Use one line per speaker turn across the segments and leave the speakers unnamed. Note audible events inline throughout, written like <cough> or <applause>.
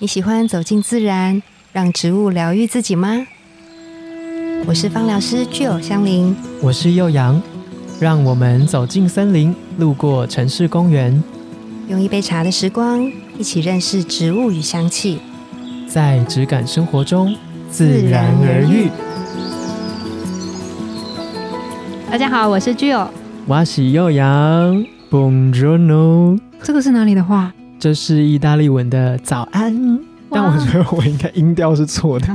你喜欢走进自然，让植物疗愈自己吗？我是芳疗师具有香林，
我是幼阳，让我们走进森林，路过城市公园，
用一杯茶的时光，一起认识植物与香气。
在质感生活中自然而愈。
大家好，我是具有。
我是幼阳，Buongiorno，
这个是哪里的话？
这是意大利文的早安。但我觉得我应该音调是 <laughs> 错的，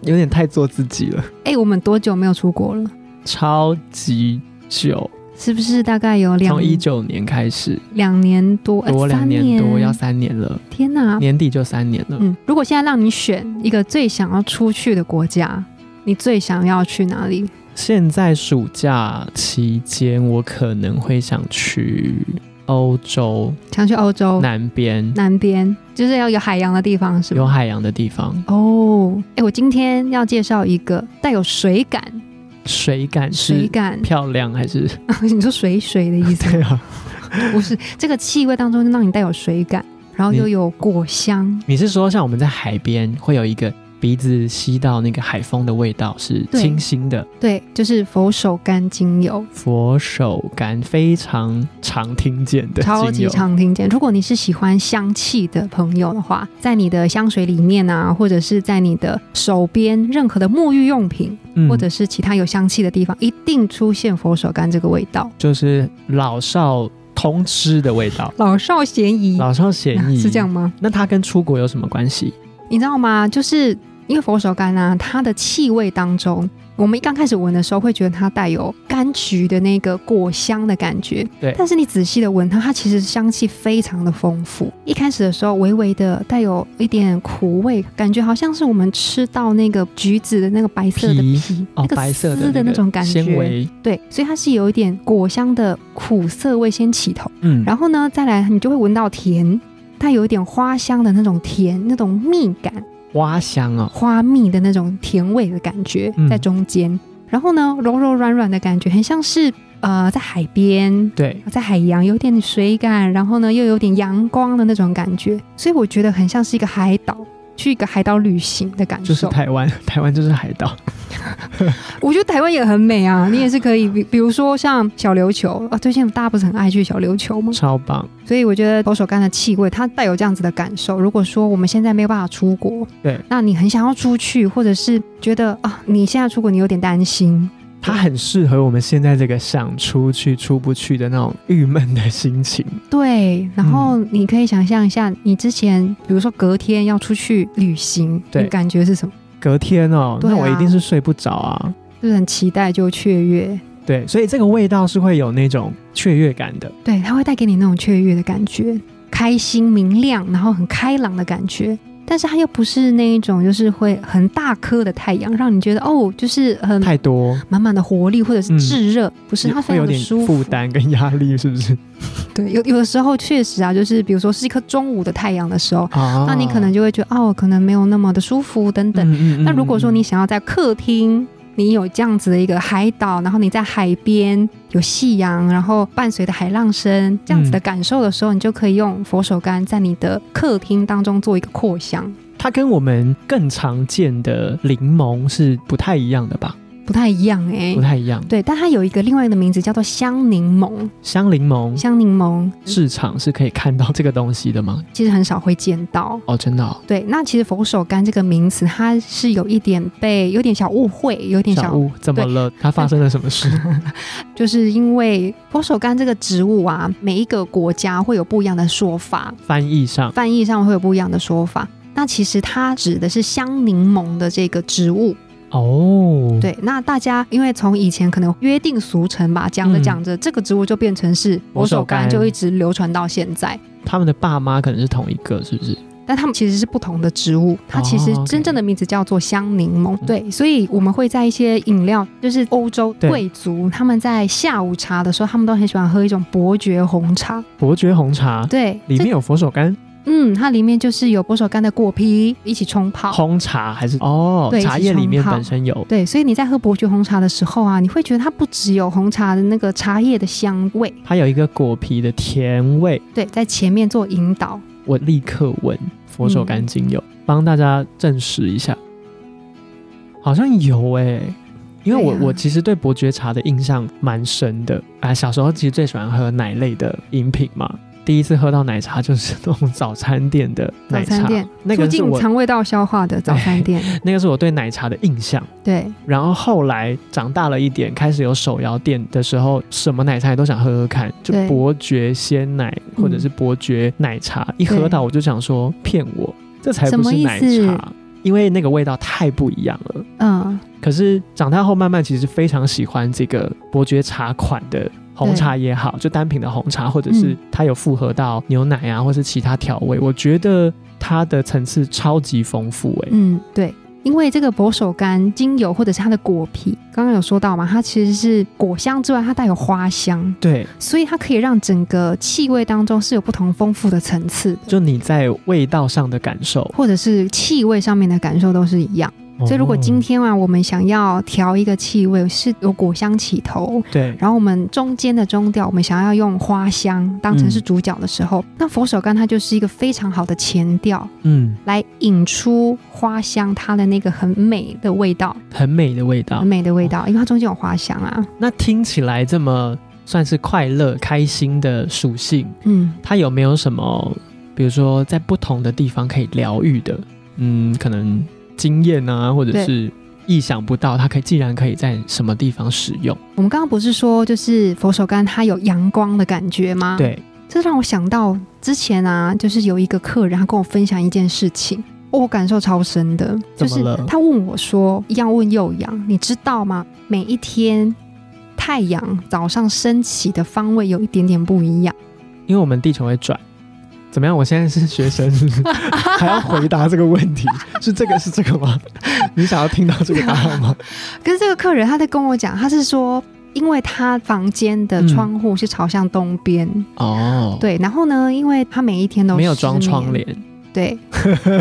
有点太做自己了，
哎、我们多久没有出国了？
超级久，
是不是大概有两
从一九年开始，
两年多？呃
多两
三
年啊
年
多，要三年了，
天哪！
年底就三年了。
嗯，如果现在让你选一个最想要出去的国家，你最想要去哪里？
现在暑假期间，我可能会想去欧洲
想去欧洲
南边
南边，就是要有海洋的地方，是
有
吗？
海洋的地方，
哦，哎、我今天要介绍一个带有水感，
水感
水
是
感， <laughs>
漂亮还是？ <laughs>
你说水水的意思吗
对啊，
不是这个气味当中让你带有水感，然后
你
又有果香，
你是说像我们在海边会有一个鼻子吸到那个海风的味道是
对
清新的，
对，就是佛手柑精油，
佛手柑非常常听见的
超
精
级
油，
常听见。如果你是喜欢香气的朋友的话，在你的香水里面啊，或者是在你的手边任何的沐浴用品，
嗯
或者是其他有香气的地方，一定出现佛手柑这个味道，
就是老少通吃的味
<laughs>
道，
老少咸宜，
老少咸
<laughs>
宜
是这样。吗？
那它跟出国有什么关系？
你知道吗？就是因为佛手柑啊，它的气味当中，我们刚开始闻的时候会觉得它带有柑橘的那个果香的感觉，
对
但是你仔细的闻它，它其实香气非常的丰富。一开始的时候，微微的带有一点苦味，感觉好像是我们吃到那个橘子的那个白色的
皮
皮，
哦
那，个
白色
丝
的
的那种感
纤
觉。
维，
对，所以它是有一点果香的苦涩味先起头。
嗯，
然后呢，再来你就会闻到甜，它有一点花香的那种甜，那种蜜感，
花香哦，
花蜜的那种甜味的感觉
嗯
在中间。然后呢，柔柔软软的感觉，很像是呃在海边。
对，
在海洋有点水感，然后呢又有点阳光的那种感觉，所以我觉得很像是一个海岛，去一个海岛旅行的感
就是
受。
台湾， <laughs> 台湾就是海岛，
我觉得台湾也很美啊，你也是可以，比比如说像小琉球啊，最近大家不是很爱去小琉球吗？
超棒。
所以我觉得佛手柑的气味，它带有这样子的感受。如果说我们现在没有办法出国，
对，
那你很想要出去，或者是觉得啊，你现在出国你有点担心，
它很适合我们现在这个想出去出不去的那种郁闷的心情。
对，然后你可以想象一下，你之前比如说隔天要出去旅行，
对
你感觉是什么？
隔天哦，
对啊
那我一定是睡不着啊。
就是很期待就雀跃，
对，所以这个味道是会有那种雀跃感的。
对，它会带给你那种雀跃的感觉，开心、明亮，然后很开朗的感觉。但是它又不是那一种，就是会很大颗的太阳，让你觉得哦，就是很
太多
满满的活力或者是炙热，不是它非
嗯会有
常的
点
舒
负
服。
担跟压力，是不是？
对，有有的时候确实啊，就是比如说是一颗中午的太阳的时候，
啊
<laughs> 那你可能就会觉得哦，可能没有那么的舒服等等。
嗯嗯
那如果说
嗯
你想要在客厅，你有这样子的一个海岛，然后你在海边有夕阳，然后伴随着海浪声这样子的
嗯
感受的时候，你就可以用佛手柑在你的客厅当中做一个扩香，
它跟我们更常见的柠檬是不太一样的吧？
不太一样哎、
不太一样，
对，但它有一个另外一个名字叫做香柠檬，
香柠檬
香柠檬
市场嗯是可以看到这个东西的吗？
其实很少会见到。
哦，真的、哦，
对，那其实佛手柑这个名词，它是有一点被有点小误会，有点小，
小屋怎么了？它发生了什
<laughs>
么事？
就是因为佛手柑这个植物啊，每一个国家会有不一样的说法，
翻译上，
翻译上会有不一样的说法。那其实它指的是香柠檬的这个植物，
哦，，
对。那大家因为从以前可能约定俗成吧，讲着讲着，这个植物就变成是嗯佛手
佛手柑
柑，就一直流传到现在。
他们的爸妈可能是同一个，是不是？
但它们其实是不同的植物，它其实
哦，OK
真正的名字叫做香柠檬。
嗯
对，所以我们会在一些饮料，就是欧洲
对
贵族他们在下午茶的时候，他们都很喜欢喝一种伯爵红茶。
伯爵红茶
对，
里
这
面有佛手柑，
嗯，它里面就是有佛手柑的果皮一起冲泡。
烘茶还是哦
对，
茶叶里面
一起冲泡
本身有
对，所以你在喝伯爵红茶的时候啊，你会觉得它不只有红茶的那个茶叶的香味，
它有一个果皮的甜味，
对，在前面做引导，
我立刻闻佛手柑精油，
嗯
帮、大家证实一下，好像有哎、因为我、
对啊
我其实对伯爵茶的印象蛮深的啊，小时候其实最喜欢喝奶类的饮品嘛。第一次喝到奶茶就是那种早餐店的奶
早
茶
餐店，
那
促
个是
进
我
肠胃道消化的早餐
<laughs>
店，
那个是我对奶茶的印象。
对，
然后后来长大了一点，开始有手摇店的时候，什么奶茶也都想喝喝看，就
对
伯爵鲜奶
嗯
或者是伯爵奶茶，一
对
喝到我就想说骗我，这才
什
不
么
是
意
奶
思
茶，因为那个味道太不一样了。
嗯，
可是长大后慢慢其实非常喜欢这个伯爵茶款的红茶也好，就单品的红茶，或者是
嗯
它有复合到牛奶啊，或是其他调味，我觉得它的层次超级丰富欸诶、
嗯，对，因为这个佛手柑精油或者是它的果皮，刚刚有说到嘛，它其实是果香之外，它带有花香，
对，
所以它可以让整个气味当中是有不同丰富的层次的。
就你在味道上的感受。
或者是气味上面的感受都是一样，所以如果今
哦
天啊，我们想要调一个气味是有果香起头，
对
然后我们中间的中调，我们想要用花香当成是主角的时候，那佛手柑它就是一个非常好的前调，
嗯，
来引出花香它的那个很美的味道，
很美的味道
很。美的味道，因为它中间有花香啊。
那听起来这么算是快乐、开心的属性，
嗯，
它有没有什么，比如说在不同的地方可以疗愈的？嗯，可能经验啊，或者
对
是意想不到，它可以竟然可以在什么地方使用？
我们刚刚不是说就是佛手柑它有阳光的感觉吗？，
对，
这让我想到之前啊，就是有一个客人他跟我分享一件事情。哦我感受超深的，就
怎么
是
了
他问我说，一样问幼阳，你知道吗？每一天太阳早上升起的方位有一点点不一样。
因为我们地球会转。怎么样？我现在是学生，是不是还要回答这个问题？是这个是这个吗？你想要听到这个答案吗？
可是这个客人他在跟我讲，他是说，因为他房间的
嗯
窗户是朝向东边，
<laughs> 哦，，
对，然后呢，因为他每一天都
没有
失
装窗
眠，
帘， <laughs>
对，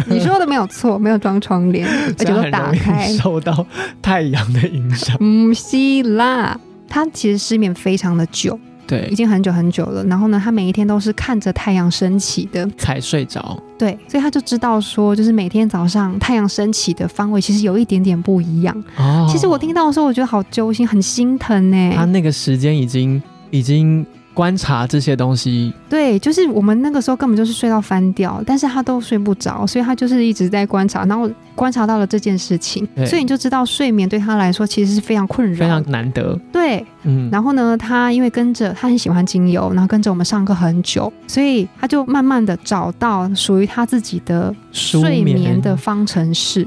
你说的没有错，没有装窗帘，而且
这样
都
很
打
容易
开，。
受到太阳的影响
<laughs> 嗯，希啦。他其实失眠非常的久，已
对，
经很久很久了。然后呢，他每一天都是看着太阳升起的，
才睡着。
对，所以他就知道说，就是每天早上太阳升起的方位其实有一点点不一样。
哦啊
其实我听到的时候，我觉得好揪心，很心疼呢、欸
他那个时间已经已经观察这些东西，
对，就是我们那个时候根本就是睡到翻掉，但是他都睡不着，所以他就是一直在观察，然后观察到了这件事情
对，
所以你就知道睡眠对他来说其实是非常困扰的，
非常难得。
对。
嗯，
然后呢，他因为跟着他很喜欢精油，然后跟着我们上课很久，所以他就慢慢的找到属于他自己的
舒
睡眠的方程式。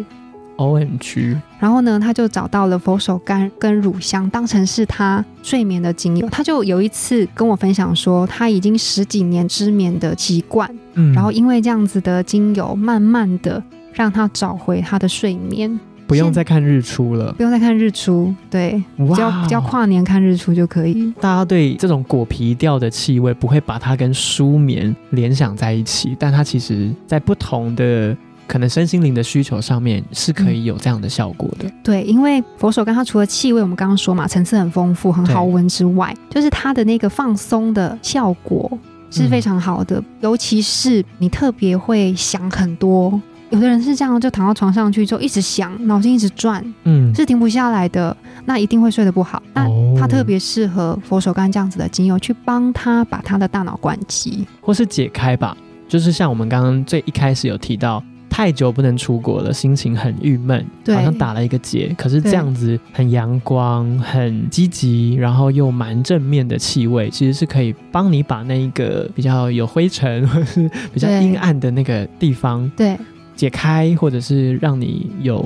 O M G，
然后呢，他就找到了佛手柑跟乳香当成是他睡眠的精油。他就有一次跟我分享说，他已经十几年失眠的习惯，
嗯
然后因为这样子的精油，慢慢的让他找回他的睡眠，
不用再看日出了，
不用再看日出，对，
哇哦
只要只要跨年看日出就可以。
大家对这种果皮调的气味不会把它跟舒眠联想在一起，但它其实在不同的可能身心灵的需求上面是可
嗯
以有这样的效果的。
对，因为佛手柑它除了气味，我们刚刚说嘛，层次很丰富、很好闻之外，就是它的那个放松的效果是非常好的，尤其是你特别会想很多。有的人是这样，就躺到床上去就一直想，脑筋一直转，
嗯，
是停不下来的，那一定会睡得不好。那
哦
它特别适合佛手柑这样子的精油，去帮他把他的大脑关机。
或是解开吧。就是像我们刚刚最一开始有提到，太久不能出国了，心情很郁闷，
对
好像打了一个结。可是
对
这样子很阳光、很积极，然后又蛮正面的气味，其实是可以帮你把那一个比较有灰尘或是比较
对
阴暗的那个地方
对，
解开，或者是让你有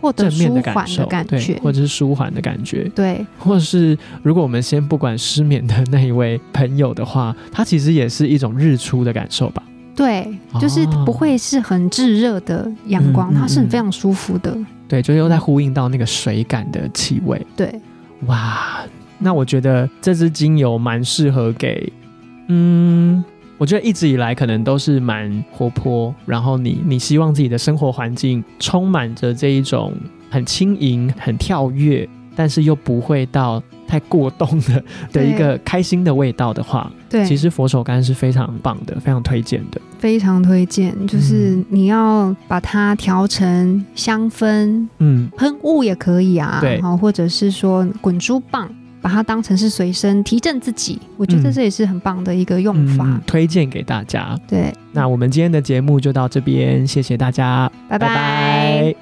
获得
正面
舒
的
缓
感受，
感
对，
觉。
或者是舒缓的感觉。
对，
或是如果我们先不管失眠的那一位朋友的话，它其实也是一种日出的感受吧。
对，就是
哦
不会是很炙热的阳光，
嗯嗯
它是
嗯
非常舒服的。
对，就又在呼应到那个水感的气味。
对，
哇，那我觉得这支精油蛮适合给，嗯，我觉得一直以来可能都是蛮活泼，然后你你希望自己的生活环境充满着这一种很轻盈、很跳跃，但是又不会到太过动的的一个开心的味道的话，
对，
其实佛手柑是非常棒的，非常推荐的。
非常推荐，就是你要把它调成香氛
嗯，
喷雾也可以啊，
对
好，或者是说滚珠棒，把它当成是随身提振自己，我觉得
嗯
这也是很棒的一个用法。
嗯推荐给大家。
对，
那我们今天的节目就到这边，谢谢大家，
拜拜